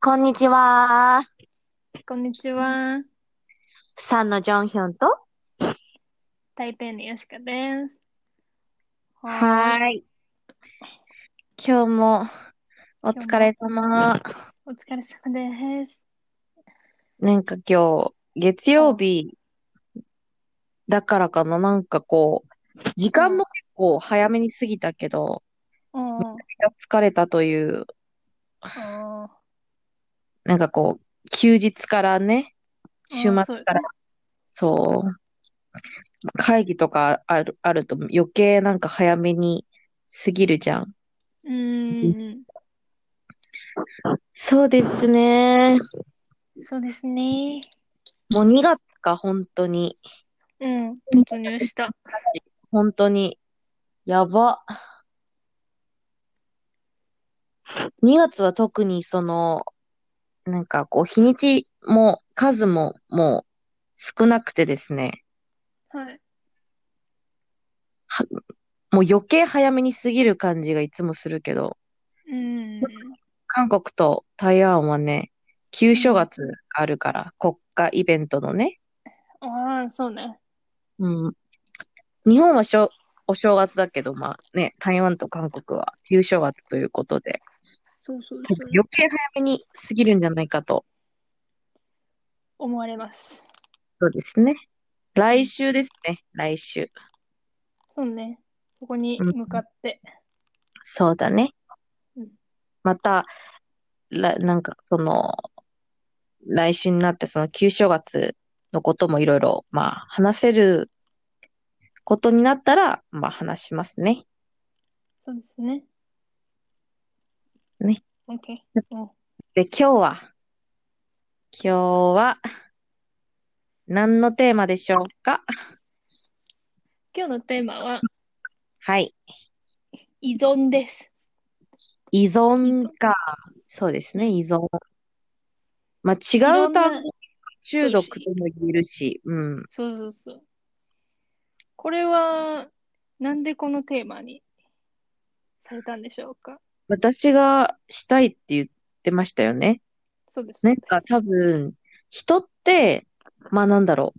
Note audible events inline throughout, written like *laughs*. こんにちは。こんにちは。さんのジョンヒョンと。台北のよしかです。ーい。ーい。今日もお疲れ様。お疲れ様です。なんか今日、月曜日だからかな、なんかこう、時間も結構早めに過ぎたけど、おー疲れたという、おーなんかこう、休日からね、週うんそ末うから、そう、会議とかある、あると余計なんか早めに過ぎるじゃん。うーん。そうですね。そうですね。もう2月か、本当に。うん。突入した。本当に。やば。2月は特にその、なんかこう、日にちも数ももう少なくてですね、はい。もう余計早めに過ぎる感じがいつもするけど、うーん。韓国と台湾はね、旧正月があるから、国家イベントのね、ああ、そうね。うん。日本はしょお正月だけど、まあね、台湾と韓国は旧正月ということで、そうそう多そ分う。余計早めに過ぎるんじゃないかと。思われます。そうですね。来週ですね。来週。そうね。ここに向かって。そうだねうん。また、らなんかその、来週になってその旧正月のこともいろいろ、まあ話せることになったら、まあ話しますね。そうですね。ね。 OK。おで、今日は、今日は、何のテーマでしょうか今日のテーマははい。依存です。依存か。そうですね、依存。まあ、違う単語中毒とも言えるし、うん。そうそうそう。これは、なんでこのテーマにされたんでしょうか私がしたいって言ってましたよね。そうです。なんそうかです多分、人って、まあなんだろ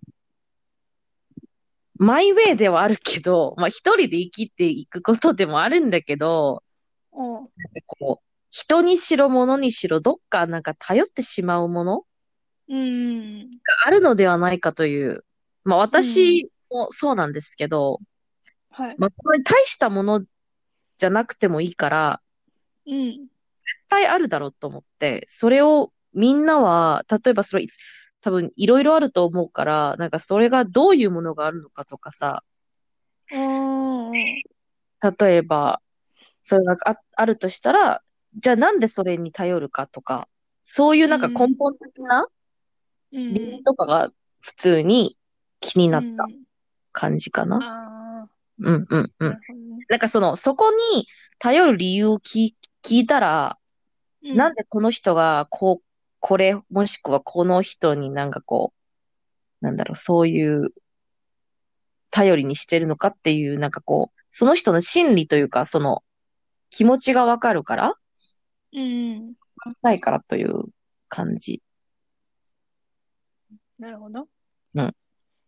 う。マイウェイではあるけど、まあ一人で生きていくことでもあるんだけど、おうこう、人にしろ物にしろ、どっかなんか頼ってしまうものうん。があるのではないかという、まあ私もそうなんですけど、はい。まあ、これ大したものじゃなくてもいいから、うん。絶対あるだろうと思って、それをみんなは、例えばそれ、多分いろいろあると思うから、なんかそれがどういうものがあるのかとかさ、おー例えば、それがあ、あるとしたら、じゃあなんでそれに頼るかとか、そういうなんか根本的なう理由ん。とかが普通に気になっうたん感じかな。あうんうんうあ、んな。るほどねなんかその、そこに頼る理由を聞聞いたら、うなんでこの人が、こう、これ、もしくはこの人になんかこう、なんだろう、そういう、頼りにしてるのかっていう、なんかこう、その人の心理というか、その、気持ちがわかるから、うん。ないからという感じ。なるほど。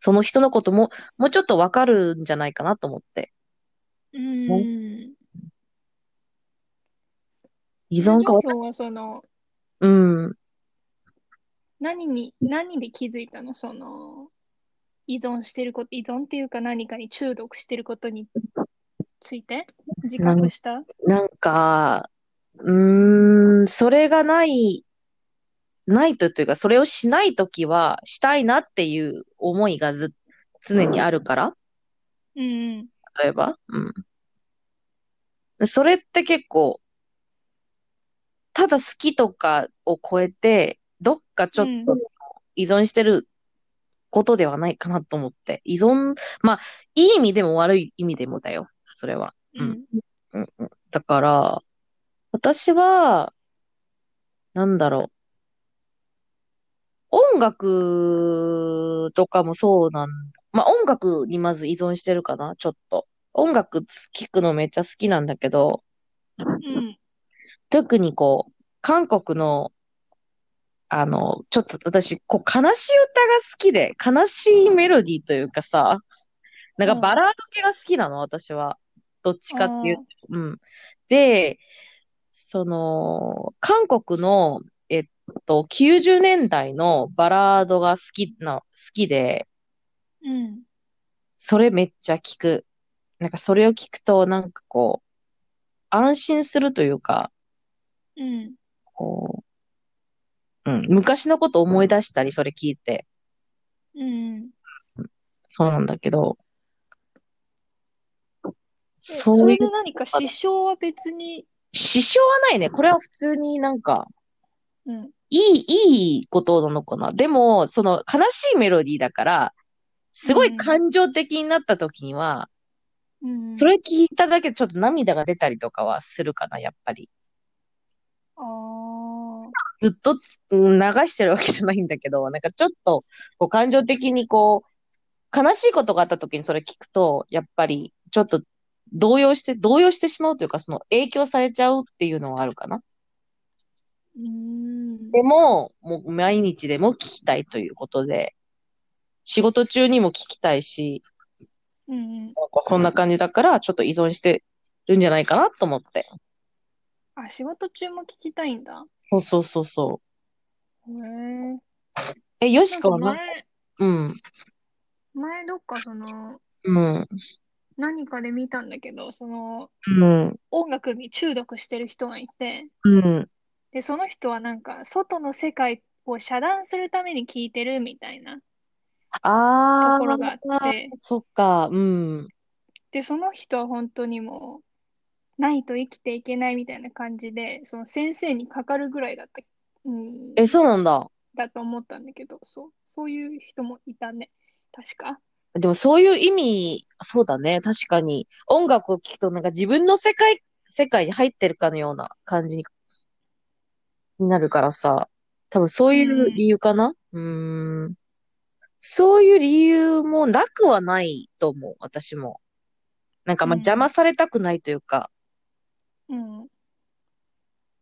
その人のことも、もうちょっとわかるんじゃないかなと思って。うん。依存か今、日はその、うん。何に、何で気づいたのその、依存してること、依存っていうか何かに中毒してることについて自覚したなんか、うーん、それがない、ないとというか、それをしないときは、したいなっていう思いがず、常にあるから、うん。例えば。うん。それって結構、ただ好きとかを超えて、どっかちょっとうん依存してることではないかなと思って。依存、まあ、いい意味でも悪い意味でもだよ、それは。うん。うんうんだから、私は、なんだろう。音楽とかもそうなんだ。まあ、音楽にまず依存してるかな、ちょっと。音楽聴くのめっちゃ好きなんだけど、うん。特にこう、韓国のあの、ちょっと私、こう、悲しい歌が好きで、悲しいメロディーというかさ、なんかうんバラード系が好きなの、私は。どっちかっていうと。うん。で、その、韓国の、えっと、90年代のバラードが好きな、好きで、うん。それめっちゃ聞く。なんかそれを聞くと、なんかこう、安心するというか、うん。こう、うん、昔のこと思い出したり、それ聞いて、うん。そうなんだけど、えそうそいうれで何か支障は別に、支障はないね。これは普通になんか、うん。いい、いいことなのかな。でも、その悲しいメロディーだから、すごういん感情的になった時には、うん。それ聞いただけでちょっと涙が出たりとかはするかな、やっぱり。ああ。ずっとつうん流してるわけじゃないんだけど、なんかちょっと、こう感情的にこう、悲しいことがあった時にそれ聞くと、やっぱり、ちょっと動揺して、動揺してしまうというか、その影響されちゃうっていうのはあるかな。うーん。でも、もう毎日でも聞きたいということで、仕事中にも聞きたいし、うんうん。なんかそんな感じだから、ちょっと依存してるんじゃないかなと思って。あ、仕事中も聞きたいんだ。そうそうそうそへえ。う。え、よなしんかかはな、前、うん、前どっかその、うん、何かで見たんだけど、その、うん、音楽に中毒してる人がいて、うん、で、その人はなんか、外の世界を遮断するために聞いてるみたいなとあころがあっー、て、そっか、うん。で、その人は本当にもう、ないと生きていけないみたいな感じで、その先生にかかるぐらいだった、うん、え、そうなんだ。だと思ったんだけど、そう、そういう人もいたね。確か。でもそういう意味、そうだね、確かに。音楽を聴くと、なんか自分の世界、世界に入ってるかのような感じにになるからさ、多分そういう理由かな。うーん。そういう理由もなくはないと思う、私も。なんかまあうん邪魔されたくないというか、うん。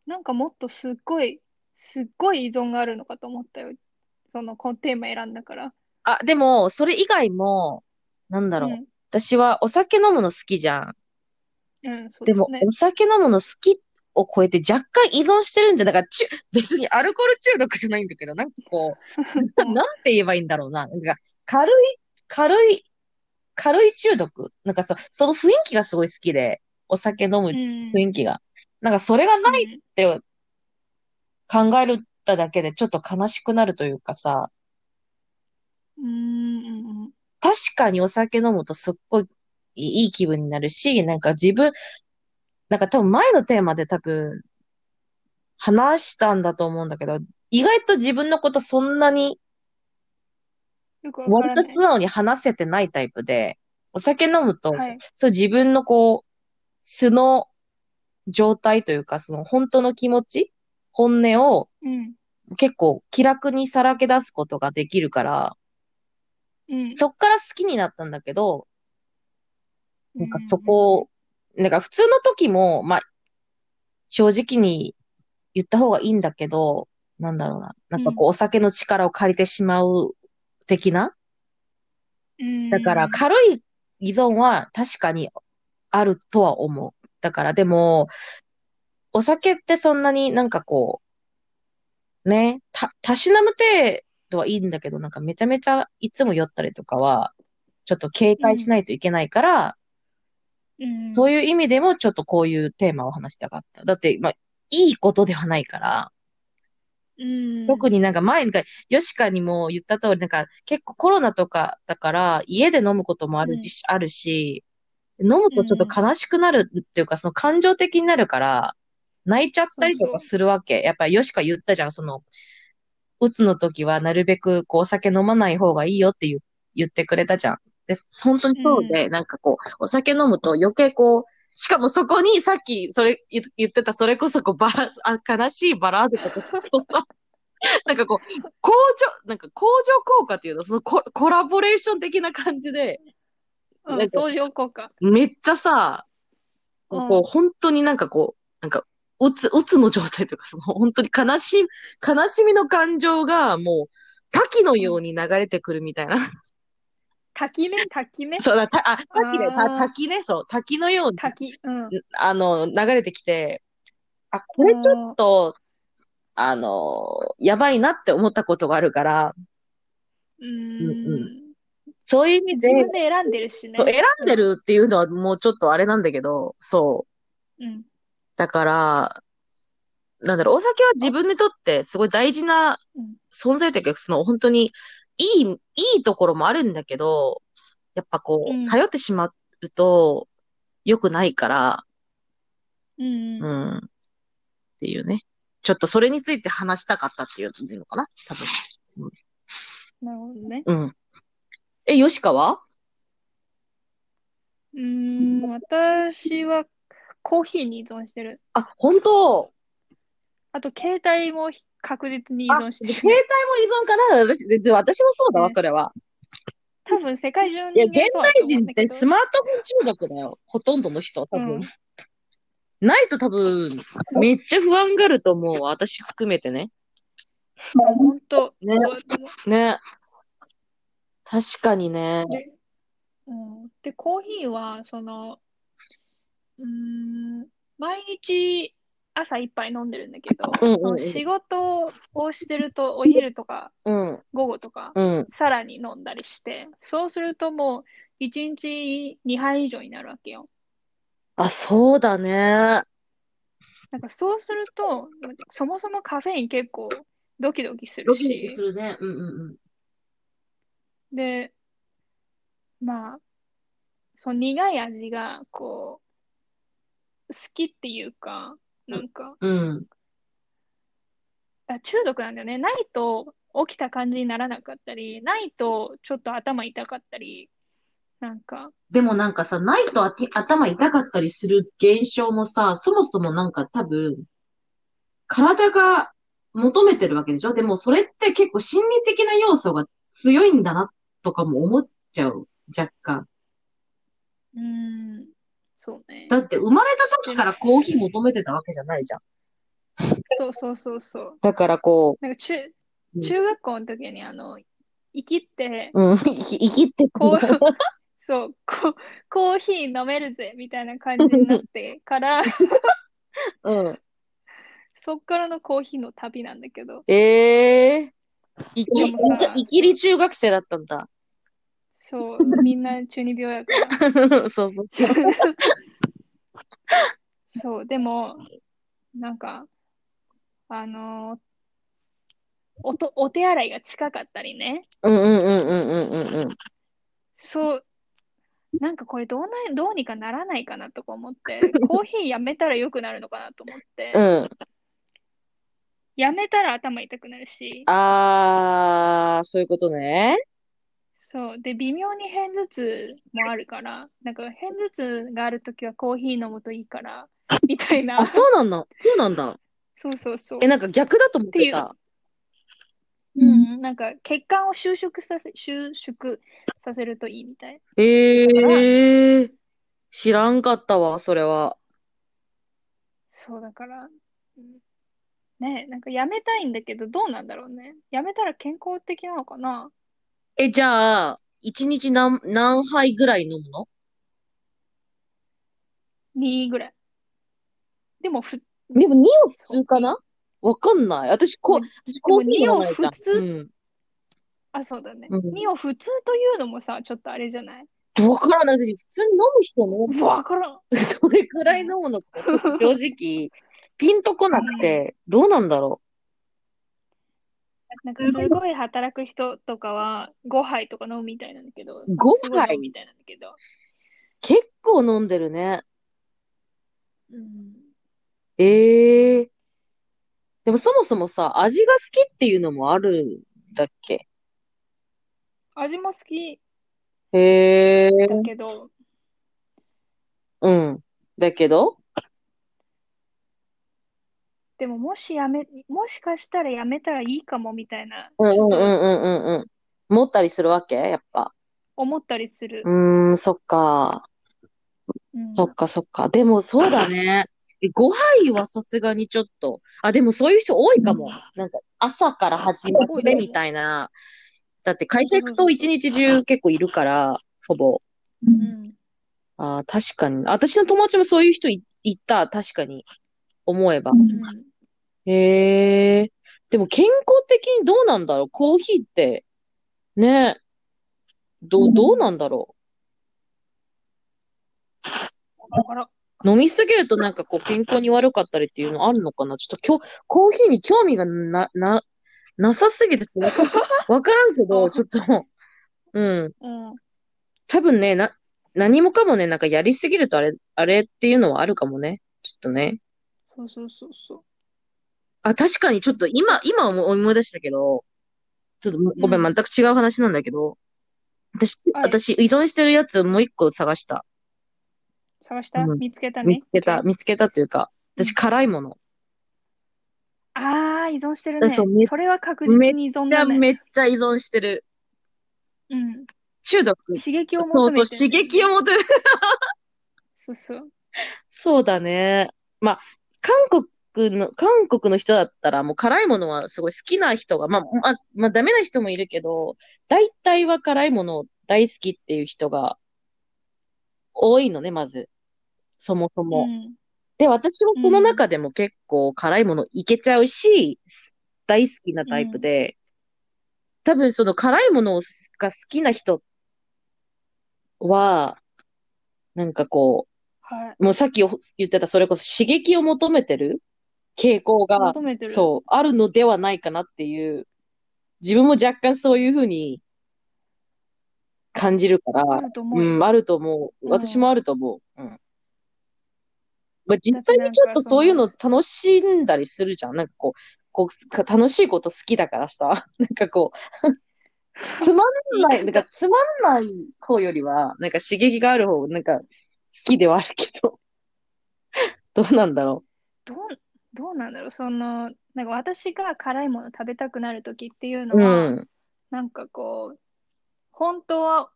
なんかもっとすっごい、すっごい依存があるのかと思ったよ。その、このテーマ選んだから。あ、でも、それ以外も、なんだうろう。ん。私はお酒飲むの好きじゃん。うん、そうでだも、ね。お酒飲むの好きを超えて若干依存してるんじゃ、だから、ちゅ、 *laughs* 別にアルコール中毒じゃないんだけど、なんかこう、なんて言えばいいんだろうな。なんか、軽い、軽い、軽い中毒。なんかそ、その雰囲気がすごい好きで、お酒飲む *laughs* うん。雰囲気が。なんか、それがないって考えるただけで、ちょっと悲しくなるというかさ、うん。うん。うん確かにお酒飲むとすっごいいい気分になるし、なんか自分、なんか多分前のテーマで多分話したんだと思うんだけど、意外と自分のことそんなによくわか割らとない。素直に話せてないタイプで、お酒飲むと、はい。そう自分のこう、素の状態というか、その本当の気持ち、本音をうん。結構気楽にさらけ出すことができるから、うん。そっから好きになったんだけど、うなんんかそこを、なんか普通の時も、まあ、正直に言った方がいいんだけど、なんだろうな。なんかこう、お酒の力を借りてしまう的な。うん。だから、軽い依存は確かにあるとは思う。だから、でも、お酒ってそんなになんかこう、ね、た、たしなむ程度はいいんだけど、なんかめちゃめちゃいつも酔ったりとかは、ちょっと警戒しないといけないから、うん。そういいう意味でもちょっとこういうテーマを話したかった。だって、まあ、いいことではないから、うん。特になんか前にか、ヨシカにも言った通り、なんか結構コロナとかだから、家で飲むこともあるし、あるし、飲むとちょっと悲しくなるっていうか、その感情的になるから、泣いちゃったりとかするわけ。やっぱりヨシカ言ったじゃん、その、うつの時はなるべくこうお酒飲まない方がいいよって言う言ってくれたじゃん。で、本当にそうで、なんかこう、お酒飲むと余計こう、しかもそこにさっきそれ言言ってた、それこそこうバラ、あ、悲しいバラードとかちょっとさ、 *laughs* なんかこう、工場、なんか工場効果っていうの、そのココラボレーション的な感じで、うん。相乗効果。めっちゃさ、うんこう、本当になんかこう、なんか、うつ、うつの状態とか、その本当に悲し、悲しみの感情がもう滝のように流れてくるみたいな。滝ね、滝ね、そうだ、たあ、滝で、あーた滝ね、そう、滝のように、滝。うん。あの、流れてきて、あ、これちょっょっと。と、あの、やばいなって思ったことがあるから、う。うんそういう意味自で、分で選んでるしね。そう、選んでるっていうのはもうちょっとあれなんだけど、そう。うん。だから、なんだろう、お酒は自分にとってすごい大事なうん存在というか、その本当にいい、いいところもあるんだけど、やっぱこうんう、頼ってしまうと良くないから、うん。ううんん、っていうね。ちょっとそれについて話したかったっていうのかな多分。なるほどね。うん。え、ヨシカはうーん、私はコーヒーに依存してる。あ、本当あと、携帯も確実に依あ、存して携帯もる。依存かな私、で私もそうだわ、ねそれは。多分、世界中のいや、人現間そうだと代思う人んっだけてどスマートフォン中毒だよ。ほとんどの人、多分。うんないと多分、めっちゃ不安がると思うわ。私含めてね。本当、ねそうだと思ね。確かにね。う。で、うん、でコーヒーは、その、うーん、毎日朝一杯飲んでるんだけど、うんうんうんその仕事をしてると、お昼とかうん、午後とか、うん。さらに飲んだりして、そうするともう、1日2杯以上になるわけよ。あ、そうだね。なんかそうすると、なんかそもそもカフェイン結構ドキドキするドキドキすし、るね。うんうんで、まあ、その苦い味が、こう、好きっていうか、なんか、うん。うん。あ中毒なんだよね。ないと起きた感じにならなかったり、ないとちょっと頭痛かったり、なんか、でもなんかさ、ないとあて頭痛かったりする現象もさ、そもそもなんか多分、体が求めてるわけでしょでもそれって結構心理的な要素が強いんだなとかも思っちゃう。若干。うーん、そうねだ。って生まれた時からコーヒー求めてたわけじゃないじゃん。そうそうそうそう。だからこなんか中うん、中学校の時にあの、生きって、う、うん、 *laughs* 生き生きってくこうる。そう、こ、コーヒー飲めるぜみたいな感じになってから、うん。そっからのコーヒーの旅なんだけど、ええ生き、でもさ生きり中学生だったんだ。 *laughs* そう、みんな中二病やから。そうそう。そう、でも、なんか、あのーおと、お手洗いが近かったりね、うんうんうんうんうんうんうん。そう、なんかこれどうな、どうにかならないかなとか思って、 *laughs* コーヒーやめたら良くなるのかなと思って、うん。やめたら頭痛くなるし、あー、そういうことね。そう。で、微妙に片頭痛もあるから、なんか片頭痛があるときはコーヒー飲むといいから、 *laughs* みたいあ、な。そうなんだ。そうなんだ。そうそうそうえ、。なんか逆だと思ってた。う。ん、なんか血管を収縮させ、収縮させるといいみたい。ええー、知らんかったわ、それは。そうだから、うんねえ、なんかやめたいんだけど、どうなんだろうね。やめたら健康的なのかな。え、じゃあ、一日何、何杯ぐらい飲むの2ぐらい。でもふ、でも2は普そう通かなわかんない。私、こ、で私コーヒー飲まないじゃんでも二を普通うんあ、そうだね。うん2を普通というのもさ、ちょっとあれじゃないわからない。私、普通に飲む人の、わからん。 *laughs* どれくらい飲むのか、正直、ピンとこなくて、どうなんだろなんかすごい働く人とかは5杯とか飲むみたいなんだけ5ど、杯すごい飲むみたいなんだけど、う。結構飲んでるね。うん、ええー。でもそもそもさ、味が好きっていうのもあるんだっけ味も好きへえ。だけど、うん。だけどでももしやめ、もしかしたらやめたらいいかもみたいな、うんうちょんうんうっとんうんうん。持ったりするわけやっぱ。思ったりするう。ーん、そっか。うんそっかそっか。でもそうだね。え、5杯はさすがにちょっと。あ、でもそういう人多いかも。なんか、朝から始まってみたいな。だって会社行くと一日中結構いるから、ほぼ。うん。ああ、確かに。私の友達もそういう人い、いた、確かに。思えば。うんへえ。でも健康的にどうなんだろうコーヒーって、ね。どう、どうなんだろあら、う飲みすぎるとなんかこう健康に悪かったりっていうのあるのかなちょっと今日、コーヒーに興味がな、な、なさすぎて、わかわからんけど、ちょっと、うん。うん。多分ね、な、何もかもね、なんかやりすぎるとあれ、あれっていうのはあるかもね。ちょっとね。そうそうそうそう。あ、確かにちょっと今、今思い出したけど、ちょっとごめん、うん全く違う話なんだけど、私、はい私依存してるやつもう一個探した。探したうん見つけたね見つけた、見つけたというか、うん私辛いもの。ああ、依存してるねそうめ。それは確実に依存じゃだあね。めっちゃ依存してる。うん。中毒。刺激をそ求うそめう、刺て激をを。求める。そうそう。そうだね。まあ、韓国の、韓国の人だったら、もう辛いものはすごい好きな人が、まあ、まあ、まあ、ダメな人もいるけど、大体は辛いもの大好きっていう人が多いのね、まず。そもそも。うん。で、私もその中でも結構辛いものいけちゃうし、大好きなタイプで、多分その辛いものが好きな人は、なんかこはい。う、もうさっき言ってたそれこそ刺激を求めてる傾向が、求めてる。そう、あるのではないかなっていう、自分も若干そういうふうに感じるから、あると思ううよ。ん、あると思う。うん私もあると思う。うん。まあ、実際にちょっとそういうの楽しんだりするじゃん。なんかこう、こうか楽しいこと好きだからさ、 *laughs* なんかこう、つまんない、なんかつまんない方よりは、なんか刺激がある方、なんか好きではあるけど、 *laughs* どうなんだろどう、どうなんだろう。その、なんか私が辛いもの食べたくなるときっていうのう。うは、ん。なんかこう、本当は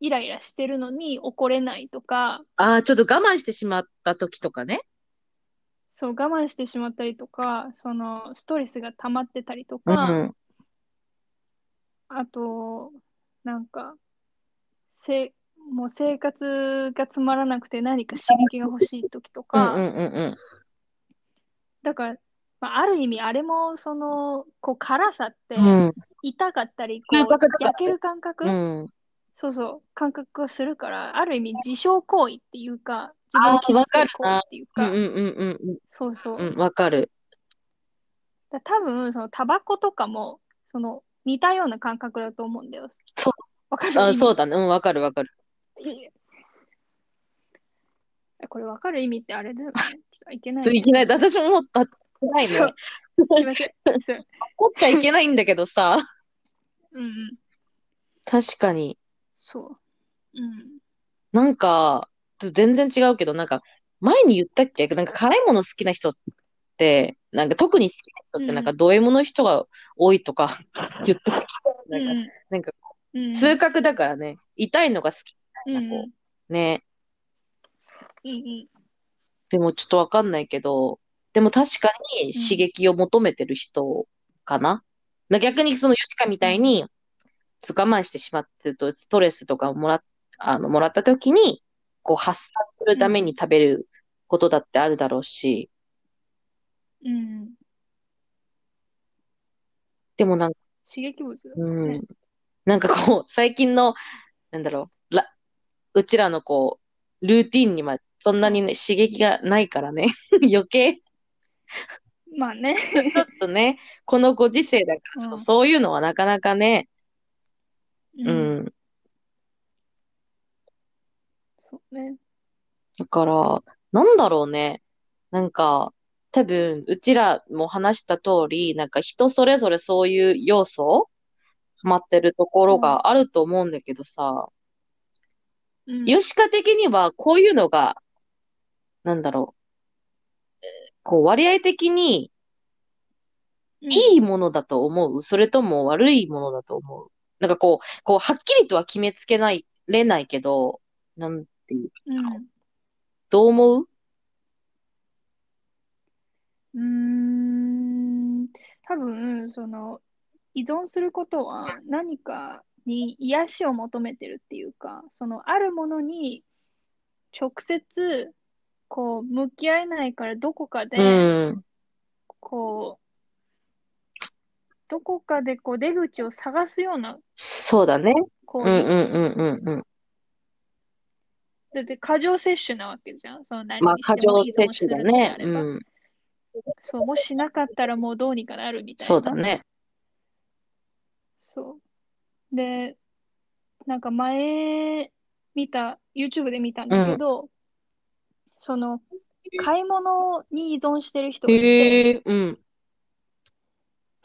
イライラしてるのに怒れないとか、ああ、ちょっと我慢してしまった時とかね。そう我慢してしまったりとか、そのストレスが溜まってたりとうか、ん。あと、なんか、せ、もう生活がつまらなくて何か刺激が欲しい時とうんか、うんうんだから、まあ、ある意味あれもその、こう辛さってうん。痛かったり、感こ覚うだよね焼ける感覚、うん。うん。そうそう、感覚がするから、ある意味自傷行為っていうか、自分あをー傷つける行為わっていううか、んうんうんそうそう。うん。うん、わかる。だ多分、そのタバコとかも、その似たような感覚だと思うんだよ。そうわかるあ、意そう味だね。うん、わかるわかる。これわかる意味ってあれだよね。ちょっといけないね。いけない。私も思った。ないね。そう怒すいません。そうっちゃいけないんだけどさ。うんうん。 *laughs* 確かに。そう。うん。なんか、全然違うけど、なんか、前に言ったっけなんか辛いもの好きな人って、なんか特に好きな人って、うんなんかド M の人が多いとか *laughs* 言ってたけどなんか、なんかうんうん。痛覚だからね。痛いのが好き。うんうん。こね。うんうん。でもちょっとわかんないけど、でも確かに刺激を求めてる人かな。な逆にそのヨシカみたいに、ちょっと我慢してしまってると、ストレスとかをもらっ、あの、もらった時に、こう発散するために食べることだってあるだろうし、うん。でもなんか、刺激物だ。うねん、なんかこう、最近の、なんだろう、ら、うちらのこう、ルーティンにはそんなにね、刺激がないからね、 *laughs* 余計、まあね。ちょっとね、このご時世だから、うんそういうのはなかなかね、ううん。ん。そうね。だから、なんだろうね。なんか、多分、うちらも話した通り、なんか人それぞれそういう要素、ハマってるところがあると思うんだけどさ、うん。ヨシカ的にはこういうのが、なんだろう、えーこう割合的にうんいいものだと思うそれとも悪いものだと思うなんかこう、こう、はっきりとは決めつけない、れないけど、なん、うん。どう思ううーん、多分、その、依存することは何かに癒しを求めてるっていうか、その、あるものに直接、こう、向き合えないから、どこかで、うん。こう、どこかでこう出口を探すようなそうだね。行う為、んうんうんうんうん。だって過剰摂取なわけじゃん。その何まあ、に過しても剰依存摂す取るだのでねあ。れうば。ん。そう、もうしなかったらもうどうにかなるみたいそうな。だね。そう。で、なんか前見た、YouTube で見たんだけど、その、買い物に依存してる人がいて、へえ、うん。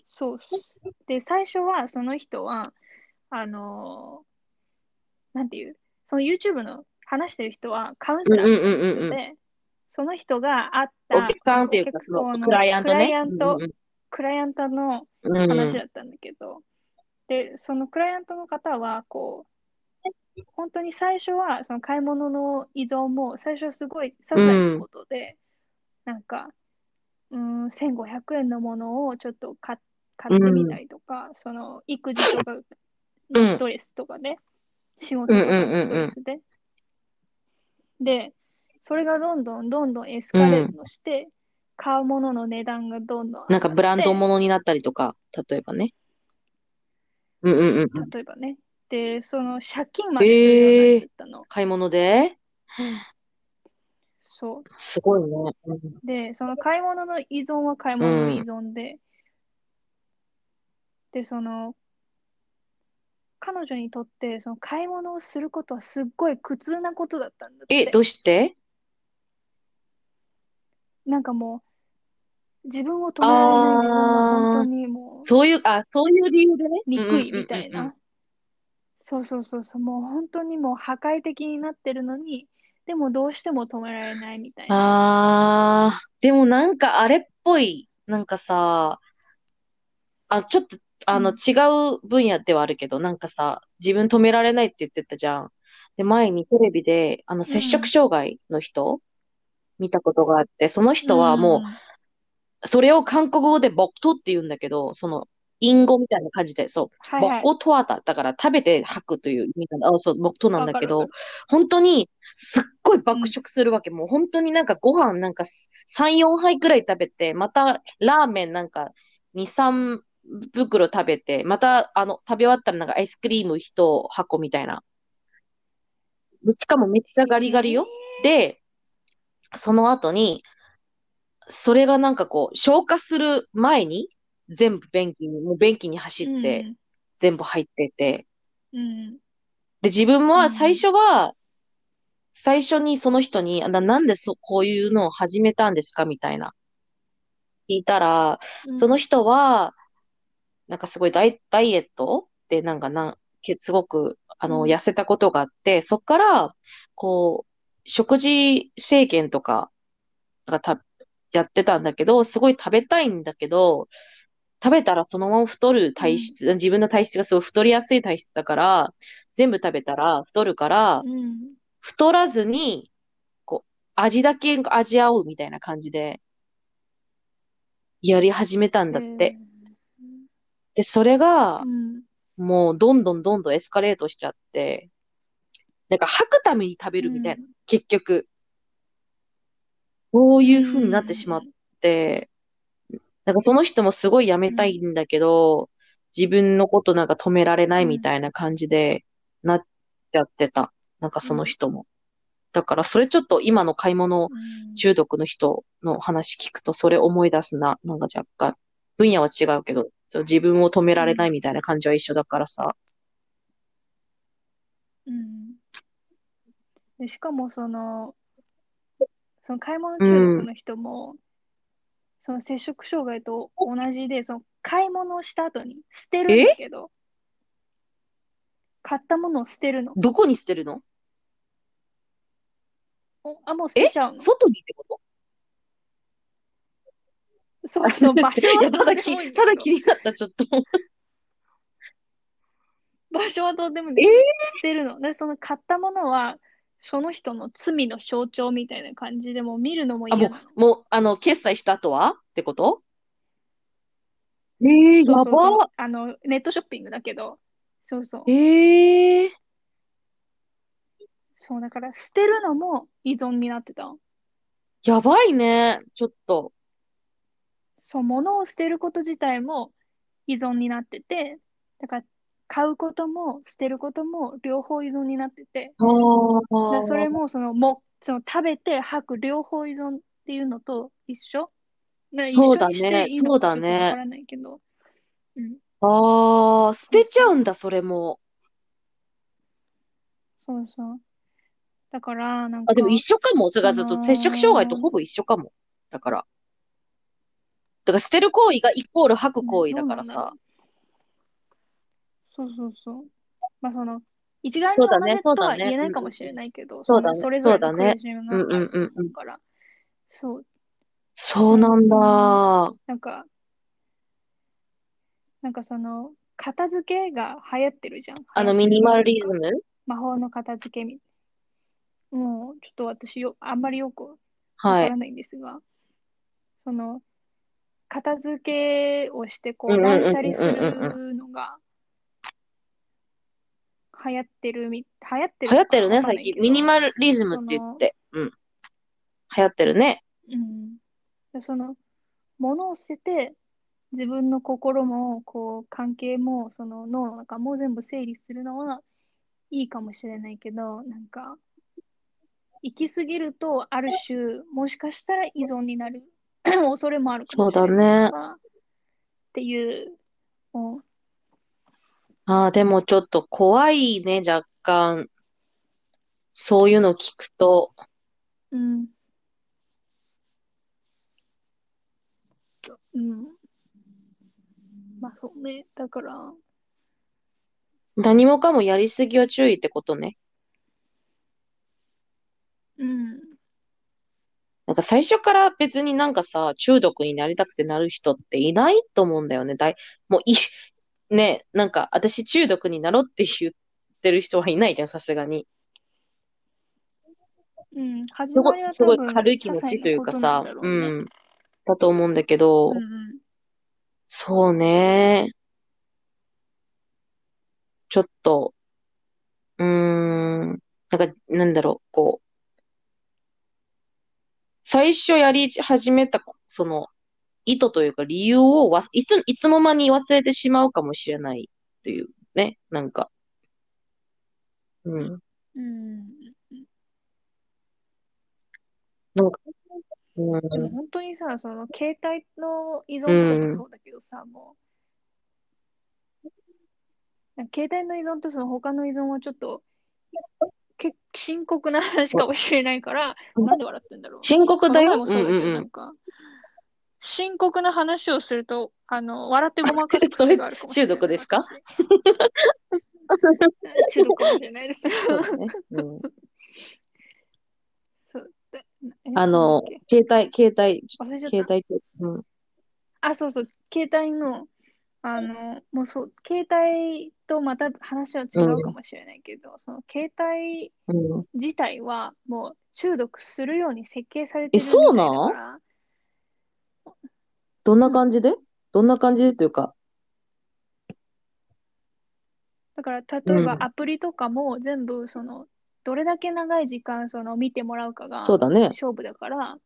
そう。で、最初はその人は、あのーなんていう、その YouTube の話してる人はカウンセラーみたいなうんうんうん人うで、その人が会っおた客さんっていうか、そおの、客様クライアントね。クライアント、クライアントのうんうんうん話だったんだけど、で、そのクライアントの方は、こう、本当に最初は、その買い物の依存も、最初すごい些細なことで、なんか、うーん、1500円のものをちょっと買っ買ってみたりとか、その、育児とかのストレスとかね、仕事とかのストレスで。で、それがどんどんどんどんエスカレートして、買うものの値段がどんどん上がってなんかブランドものになったりとか、例えばね。うんうんうん。例えばね。で、その借金までするようになっちゃったの。買い物でそすごいね。うんう。で、その買い物の依存は買い物の依存で、で、その、彼女にとって、その買い物をすることはすっごい苦痛なことだったんだって。え、どうしてなんかもう、自分を止められない自分が本当にもう、そういう、あ、そういう理由でね。憎いみたいうんうんうんうん。な。そうそうそうそう、もう本当にもう破壊的になってるのに、でもどうしても止められないみたいな。あー、でもなんかあれっぽい、なんかさ、あ、ちょっと、あの、うん違う分野ではあるけど、なんかさ、自分止められないって言ってたじゃん。で、前にテレビで、あの、摂食障害の人、見たことがあって、その人はもう、それを韓国語で木刀って言うんだけど、その、隠語みたいな感じで、そう。はいは木い刀とはだ、だから食べて吐くという意味なんだ。あ、そう、木刀なんだけわどか、本当に、すっごい爆食するわけ。もう本当になんかご飯なんか3、4杯くらい食べて、またラーメンなんか2、3袋食べて、またあの、食べ終わったらなんかアイスクリーム1箱みたいな。でしかもめっちゃガリガリよ。で、その後に、それがなんかこう、消化する前に、全部便器に、もう便器に走って、全部入ってて、うんうん、で、自分うはん最初は、最初にその人に、な、なんでそ、こういうのを始めたんですかみたいな。聞いたら、うんその人は、なんかすごいダイ、ダイエットで、なんかなん、けすごく、あの、うん痩せたことがあって、そっから、こう、食事制限とか、なんかた、やってたんだけど、すごい食べたいんだけど、食べたらそのまま太る体質、自分の体質がすごい太りやすい体質だから、全部食べたら太るから、うん太らずに、こう、味だけ味合うみたいな感じで、やり始めたんだって。で、それうが、んもう、どんどんどんどんエスカレートしちゃって、なんか吐くために食べるみたいな、結局。こういう風になってしまっって、なんかその人もすごい辞めたいんだけど、自分のことなんか止められないみたいな感じでなっちゃってた。なんかその人も。だからそれちょっと今の買い物うん中毒の人の話聞くとそれ思い出すな。なんか若干。分野は違うけど、そう自分を止められないみたいな感じは一緒だからさ。うんでしかもそのその買い物中毒の人も、その摂食障害と同じでその買い物をした後に捨てるんだけど買ったものを捨てるのどこに捨てるのおあもう捨てちゃうの外にってことそうそう場所 *laughs* いはやただどうでき、もいいんだたけだど気になった、ちょっと。場所はどうでもいいんだけど捨てるの。で、その買ったものは、その人の罪の象徴みたいな感じで、もう見るのもあ、嫌もなの。う、もう、あの、決済した後はってってことええそうやそうそう。ば。あの、ネットショッピングだけど、そうそう。ええそう、だから捨てるのも依存になってた。やばいね。ちょっと。そう、物を捨てること自体も依存になってて、だから買うことも捨てることも両方依存になってて、あだからそれあ。もその、も、その食べて吐く両方依存っていうのと一緒な一そう緒だにしてね。いいのそうかだちょっとわかね。らないけど、うん、ああ、捨そうてちゃそうう、んだ、それも。そうそう。だから、なんあ、でも一か、緒かも。それそが、だと摂食障害との、ほぼ一緒かも。だから。だから捨てる行為がイコール吐くね、行為どだうかならんださ。ろう。そうそうそう。まあその、一概にそうだ同ね、じそうとだはね。言えうなんいかうもんしうれん。ないけど、そそうだの、ね、それぞそうれのだ苦ね。しみうんがうあんるうとんう。思うんから、そう、そうななんんかな、だ。なんか、なんかその、片付けが流行ってるじゃん。あ流の、行っミてニるとマいうリズか、ム魔法の片付けみ、もう、ちょっと私よ、あんまりよくわはかい。らないんですが、その、片付けをして、うこう、ん断うん捨離うんうすんうんうん。るのが流行ってるみ、流行ってる流行のっかてなるわね、かん最ない近。けミニど、マリズムっそて言っの、て。うん。流行ってるね。うん、でその、物を捨てて、自分の心も、こう、関係も、その脳の中も全部整理するのはいいかもしれないけど、なんか、行き過ぎると、ある種、もしかしたら依存になる *laughs* 恐れもあるかもそうだしれないかね。ら、っていう、もう、ああ、でもちょっと怖いね、若干。そういうの聞くと。うん、うん、まあそうね、だから、何もかもやりすぎは注意ってことね。うん、なんか最初から別になんかさ、中毒になりたくてなる人っていないと思うんだよね。だい、もうい、ね、なんか私中毒になろうって言ってる人はいないじゃん、さすがに。うん、す始ごまい、りはす多ごい分、軽些い気持細ちなというこかとなんさ、だろうね。うん、だと思うんだけうんど、うん。そうね、ちょっと、うーん、なんか、なんだろう、こう、最初やり始めた、その、意図というか理由をわ、いつ、いつの間に忘れてしまうかもしれないというね、なんか、うん、うん、なんか、でもうん、本当にさ、その携帯の依う存とかもん、そうだけどさ、もう、携帯の依存とその他の依存はちょっとけ深刻な話かもしれないから、なんで笑ってんだろう。深刻こだの前よ。もうそんうだけど、うなんんか、深刻な話をすると、あの、笑ってごまうかん。すそ癖れ、があるかも *laughs* 中しれ毒ない、ですか私。中毒かもしれないです。そうだね。うん。そうで、なえ、あなんだっの、け携帯、携帯、忘れちゃっ携た。帯と、うん。あ、そうそう、携帯の、あの、もうそう、携帯とまた話はう違うかん、もしれないけど、その携帯うん。自体はもう中毒するように設計されえ、てるそみうたいだなかんら、どんなうん。感じでどんな感じでというか、だから、う例えばん。アプリとかも全部、その、どれだけ長い時間、その、見てもらうかそうがだね。勝負だから、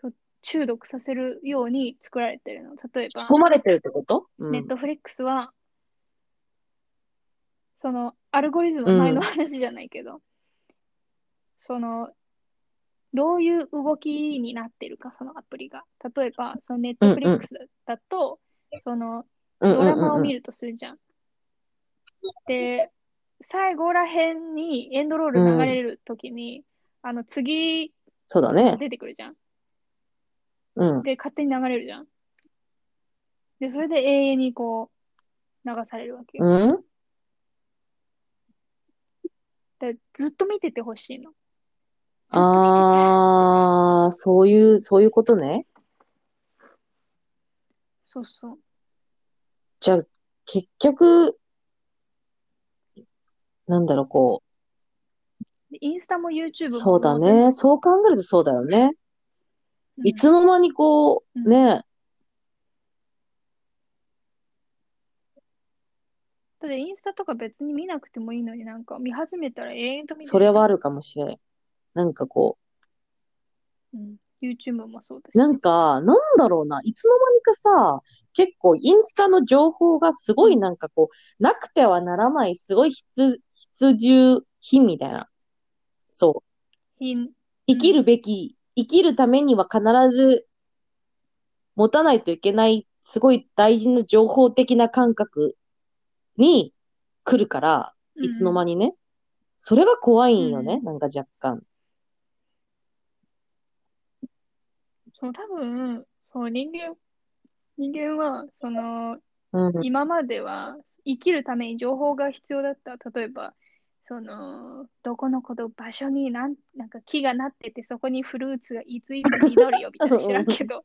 そう、中毒させるように作られてるの。例え引きば、込まれてるってことうネッん。トフリックスは、その、アルゴリズうム、前のん。話じゃないけど、その、どういう動きになってるか、そのアプリが。例えば、そのネッうトんフリうッん。クスだと、その、うんドうラんうマをんう見ん。るとするじゃん。で、最後らへんにエンドローうル流ん。れるときに、あの、次そうだがね。出てくるじゃん。うん。で、勝手に流れるじゃん。で、それで永遠にこう、流されるわけうよ。んで、ずっと見ててほしいの。ずっと見てて。あー、そういう、そういうことね。そうそう。じゃあ、結局、なんだろう、こう、で、インスタも YouTube もそうだもう全部ね。そそう。う考えるとそうだよね。うんいつの間にこうんう、ね、だってインスタとか別に見なくてもいいのになんか見始めたら永遠と見てるそれはある。るかもしれない。なんかこうん。YouTube もそうだし。う、なんか、なんだろうな、いつの間にかさ、結構インスタの情報がすごいなんかこう、なくてはならない、すごい必、必需品みたいな。そう。ひん生きるべき、生きるためには必ず持たないといけない、すごい大事な情報的な感覚に来るから、いつの間に。にね。それが怖いんよね、うんなんか若干。その多分、そう人間、人間は、その、うん。今までは生きるために情報が必要だった。例えば、その、どこのこの場所になん、なんか木がなってて、そこにフルーツがいついつ実るよみたいな知らんけど。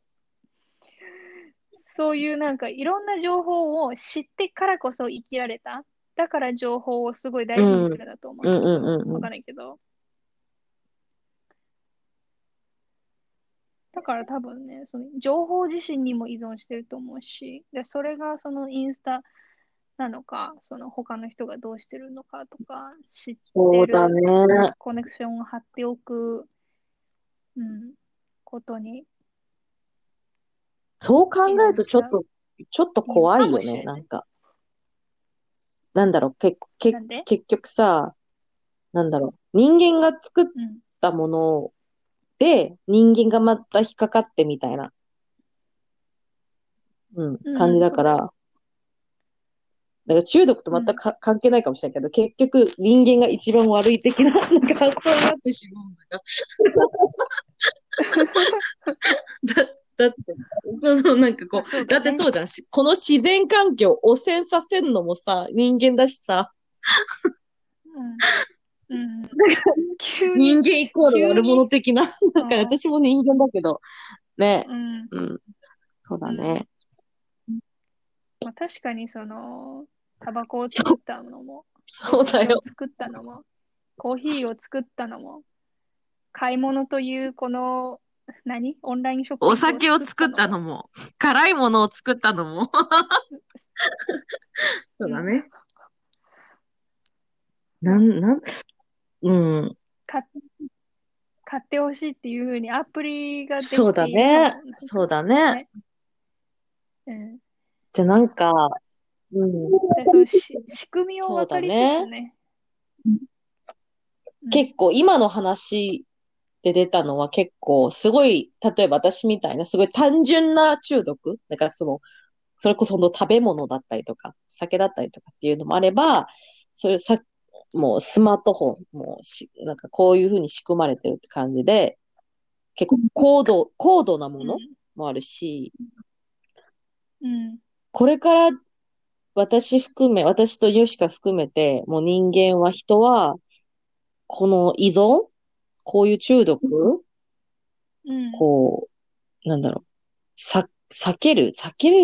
そういうなんかいろんな情報を知ってからこそ生きられた。だから情報をすごい大事にするんだと思う。うんうんうんうわんか。んないけど。だから多分ね、その情報自身にも依存してると思うし、で、それがそのインスタなのか、その他の人がどうしてるのかとか、知ってそうだる、ね。コネクションを張っておく、うん、ことにそう考えるとちょっと、ちょっと怖いよいいかもしね、れなないんか。なんだろう、け、けな、んで、結局さ、なんだろう、人間が作っうん、たもので、人間がまた引っかかってみたいな、うん、うん感じだから、だから中毒と全くか関係ないかもしれないけど、結局人間が一番悪い的な、 *laughs* なんか発想になってしまうんだが。 *laughs* だ、だって、そうそう、なんかこう、そうだだってねそうじゃん。しこの自然環境を汚染させんのもさ、人間だしさ、うん、 *laughs* うん、急に、人間イコール悪者的な。だから私も人間だけど、ね。うん、うん。そうだね。まあ、確かにそのタバコを作ったのも、そうだよ。作ったのも、コーヒーを作ったのも、買い物というこの何オンラインショッピングお酒を作ったのも、辛いものを作ったのも。そうだね。なん、なん、うん。買っ買ってほしいっていうふうにアプリができているそうだねのも。そうだね。うん、でじゃあなんか、うん。そのし仕組みを分かりつつそうだね。結構今の話で出たのは結構すごい、例えば私みたいなすごい単純な中毒だからその、それこその食べ物だったりとか、酒だったりとかっていうのもあれば、それさ、もうスマートフォン、もうし、なんかこういうふうに仕組まれてるって感じで、結構高度、高度なものもあるし、うん、うんこれから私含め、私とヨシカ含めて、もう人間は、人は、この依存こういう中毒うん、こう、なんだろう。さ、避ける避ける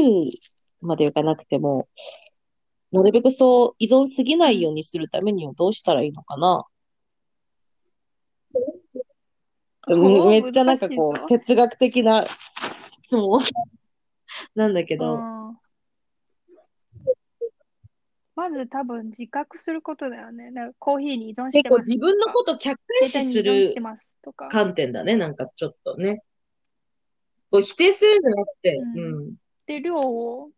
までいかなくても、なるべくそう依存すぎないようにするためにはどうしたらいいのかな。おーめめっちゃなんかこ難しいぞう、哲学的な質問なんだけど。うんまず多分自覚することだよね。だからコーヒーに依存して結構ます自分のとかことを客観視す携帯に依存しるてますとか。観点だね、なんかちょっとね。こう否定するんじゃなくて、ううんん。で、量を、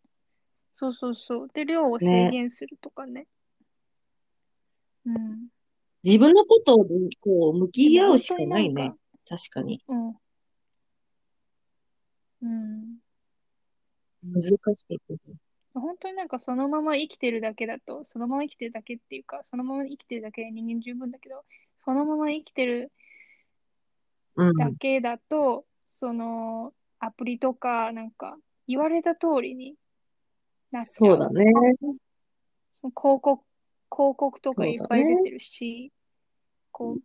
そうそうそう。で、量を制限するとかね。うん。自分のことをこう向き合うしかないでもね。本確かに。当になんか。うん。うん。難しいけど。本当になんかそのまま生きてるだけだと、そのまま生きてるだけっていうか、そのまま生きてるだけで人間十分だけど、そのまま生きてるうん。だけだと、そのアプリとかなんか言われた通りになっちゃ。そううだね。広告、広告とかいっぱい出てるし、こう、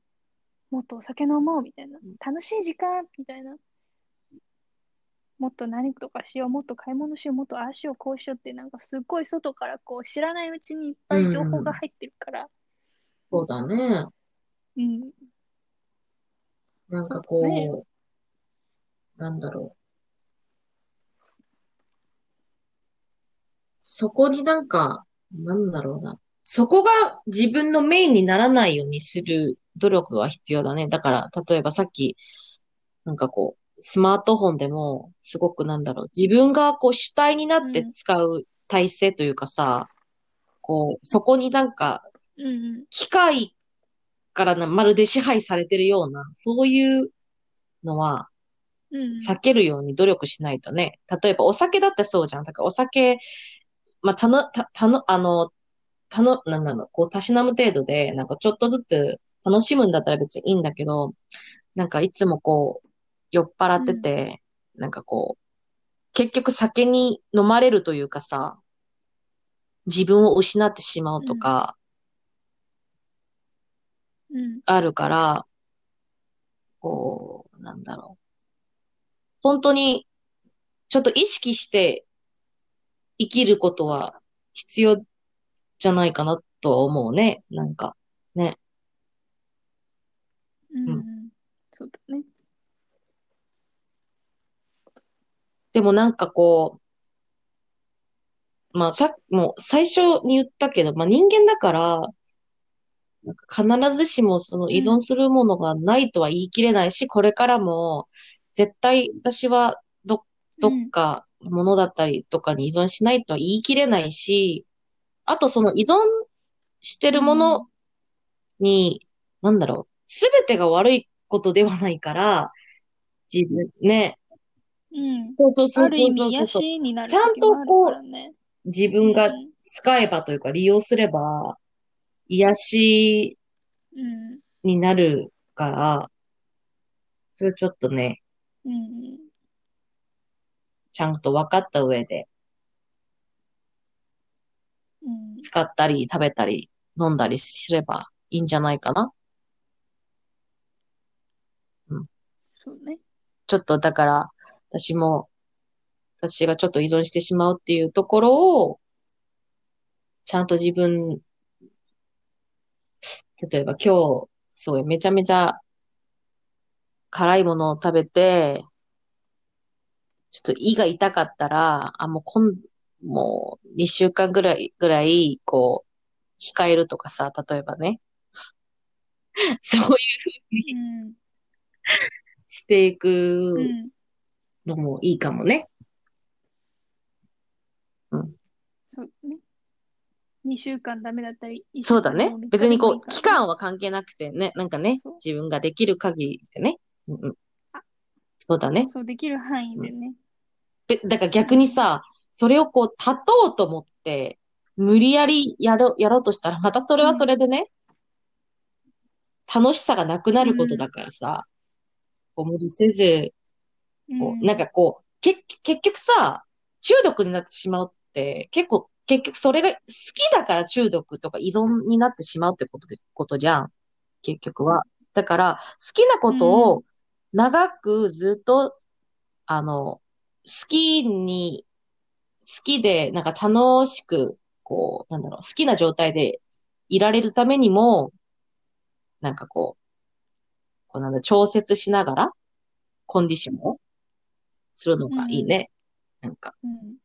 もっとお酒飲もうみたいな、楽しい時間みたいな、もっと何とかしよう、もっと買い物しよう、もっとああしよう、こうしようって、なんかすっごい外からこう知らないうちにいっぱい情報が入ってるから、そうだね。うん、なんかそうだねこう、なんだろう。そこになんか、なんだろうな。そこが自分のメインにならないようにする努力が必要だね。だから、例えばさっき、なんかこう、スマートフォンでも、すごくなんだろう。自分がこう主体になって使う体制というかさ、こう、そこになんか、うん機械からなまるで支配されてるような、そういうのは、うん。うん。避けるように努力しないとね。例えばお酒だってそうじゃん。だからお酒、まあ、たの、た、たの、あの、たの、なんなの、こう、たしなむ程度で、なんかちょっとずつ楽しむんだったら別にいいんだけど、なんかいつもこう、酔っ払ってて、なんかこう、結局酒に飲まれるというかさ、自分を失ってしまうとか、うん。あるから、こう、なんだろう。本当に、ちょっと意識して生きることは必要じゃないかなとは思うね。なんか。うん。うそうだね。でもなんかこう、まあさっきもう最初に言ったけど、まあ人間だから、なんか必ずしもその依存するものがないとは言い切れないし、これからも絶対私はど、どっかものだったりとかに依存しないとは言い切れないし、あとその依存してるものに、なんだろう、すべてが悪いことではないから、自分、ね、うん。そうそうそうある意そうそ味、う癒そう。しになるちゃん時ともあるこうからね。自分うがん使えばというか利用すれば癒しうん。になるから、それちょっとね、うん。ちゃんと分かった上でうん。使ったり食べたり飲んだりすればいいんじゃないかな。そうね。ちょっとだから私も、私がちょっと依存してしまうっていうところを、ちゃんと自分、例えば今日、すごいめちゃめちゃ辛いものを食べて、ちょっと胃が痛かったら、あ、もう今、もう2週間ぐらい、ぐらい、こう、控えるとかさ、例えばね。 *laughs* そういうふうにうん。していうくん。のもいいかもね。そうね。2週間ダメだったり、一そう週だ間ねも。別にこう、三期日でもいいからね間は関係なくてね、なんかねそう、自分ができる限りでね。うんうんあ。そうだね。そう、できる範囲でね。べだから逆にさ、それをこう、断とうと思って、無理やりやろう、やろうとしたら、またそれはそれでね、楽しさがなくなることだからさ、こう無理せず、こう、なんかこう、け、結局さ、中毒になってしまうって、結構、結局それが好きだから中毒とか依存になってしまうってことで、ことじゃん。結局は。だから、好きなことを長くずっと、あの、好きに、好きで、なんか楽しく、こう、なんだろう、好きな状態でいられるためにも、なんかこう、こうなんだ、調節しながら、コンディションをするのがいいね。なんか、うん。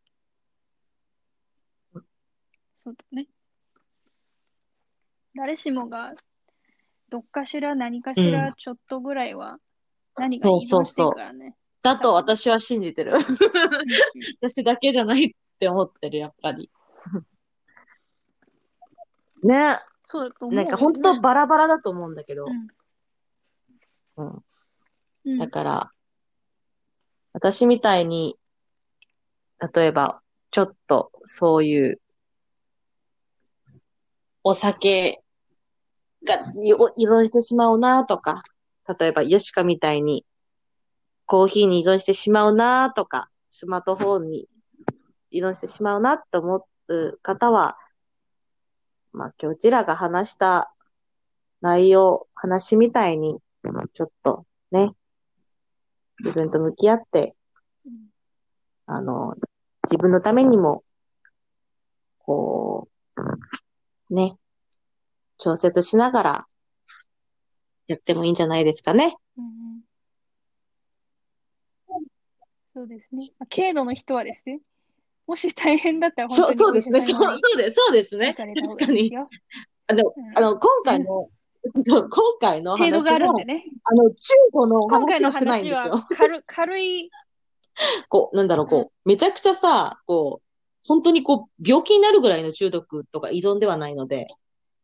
うん。そうだね。誰しもが、どっかしら何かしうらちょっとぐらいは、何かに依存してるからね。だと私は信じ *laughs* てる。うんうん私だけじゃないって思ってる、やっぱり。ね、そうだと思うなよんね。か本当バラバラだと思うんだけど、うんう。うん。だから、私みたいに、例えば、ちょっとそういう、お酒がにお依存してしまうなとか、例えばヨシカみたいに、コーヒーに依存してしまうなとか、スマートフォンに依存してしまうなと思う方は、まあ今日うちらが話した内容、話みたいに、ちょっとね、自分と向き合って、うんあの、自分のためにも、こう、ね、調節しながら、やってもいいんじゃないですかね。うんうんそうですね。まあ軽度の人はですね、もし大変だったらそう、本そ当うにおで医す者ね。そう、さんにそうです。そうです行ね。かれた方確がかいいですに。よ。あの、うんあの、今回の、そう今回の程度話があるんも、でね。あの、中古のお今回話のをしてないん話ですはよ。軽軽い、こう、なんだろう、うんこう、めちゃくちゃさ、こう、本当にこう、病気になるぐらいの中毒とか依存ではないので、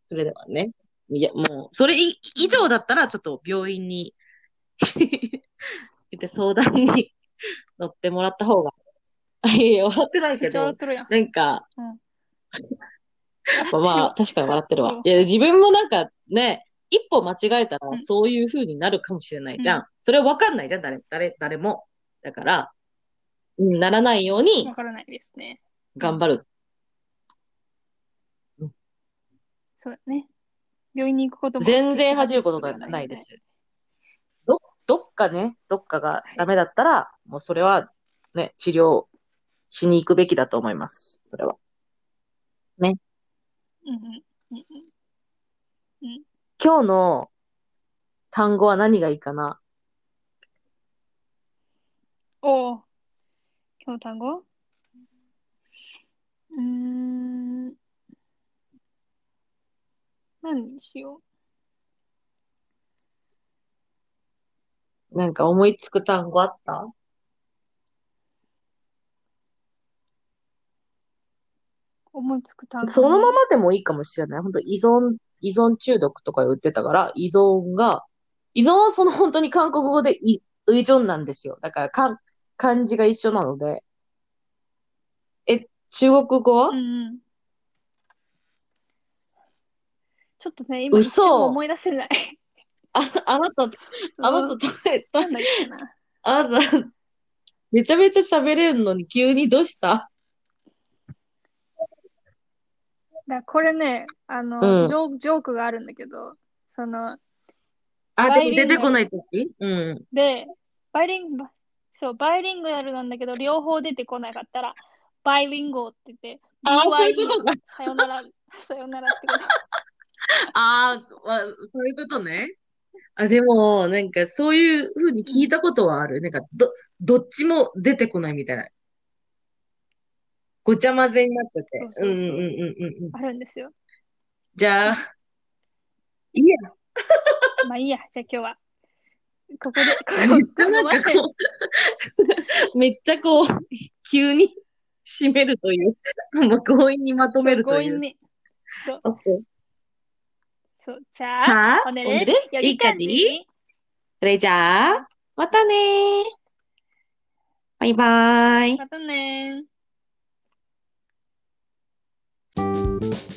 それではね。いや、もう、それ以以上だったら、ちょっと病院に *laughs* 行って相談に乗ってもらった方が。 *laughs* いやいや、笑ってないめけっちゃ笑どっ、とるやん。なんか、うんまあまあ、笑ってるわ確かに笑ってるわうん。いや、自分もなんかね、一歩間違えたうらんそういう風になるかもしれないじゃ。うんそれわかんないじゃん、誰、誰、誰も。だから、うんならないようにわからないですね。頑張る。そうだね。病院に行くことも全然恥じることがはないです。ど、どっかね、どっかがダメだったら、もうそれはね、治療しに行くべきだと思います。それは。うんうんうんうん今日の単語は何がいいかなおお、今日の単語うーん。何にしよなんか思いつく単語あったう。思いつく単語。そのままでもいいかもしれない。本当依存、依存中毒とか言ってたから、依存が、依存はその本当に韓国語で依依存なんですよ。だから、かん、漢字が一緒なので。え、中国語は、うんうん。ちょっとね、今嘘一瞬も思い出せない。あ、あなた、あなた、なんだっけな。あなた、めちゃめちゃ喋れるのに急にどうしただこれね、あうんの、ジョーク、ジョークがあるんだけど、その、あ、バイでリもンガ出てルこないときうん。で、バイリン、バそう、バイリンガルなんだけど、両方出てこなかったら、バイリンゴって言って、あーそういう BYE ことか。さよなら、 *laughs* さよならってこと。ああ、わそういうことね。あ、でも、なんか、そういうふうに聞いたことはある。なんか、ど、どっちも出てこないみたいな。ごちゃ混ぜになってて。そうそうそううんうんうんうんうん。あるんですよ。じゃあ、いいや。まあいいや、じゃあ今日は。ここ *laughs* で、めっこちゃこ、ここなまんかで。こう、 *laughs* めっちゃこう、急に締めるという。もう強引にまとめると強い引う。に。オッケーそう、じゃあ、はほんでほんでねね、よいりい感感じじに。それじゃあ、またねー。バイバーイ。またねー。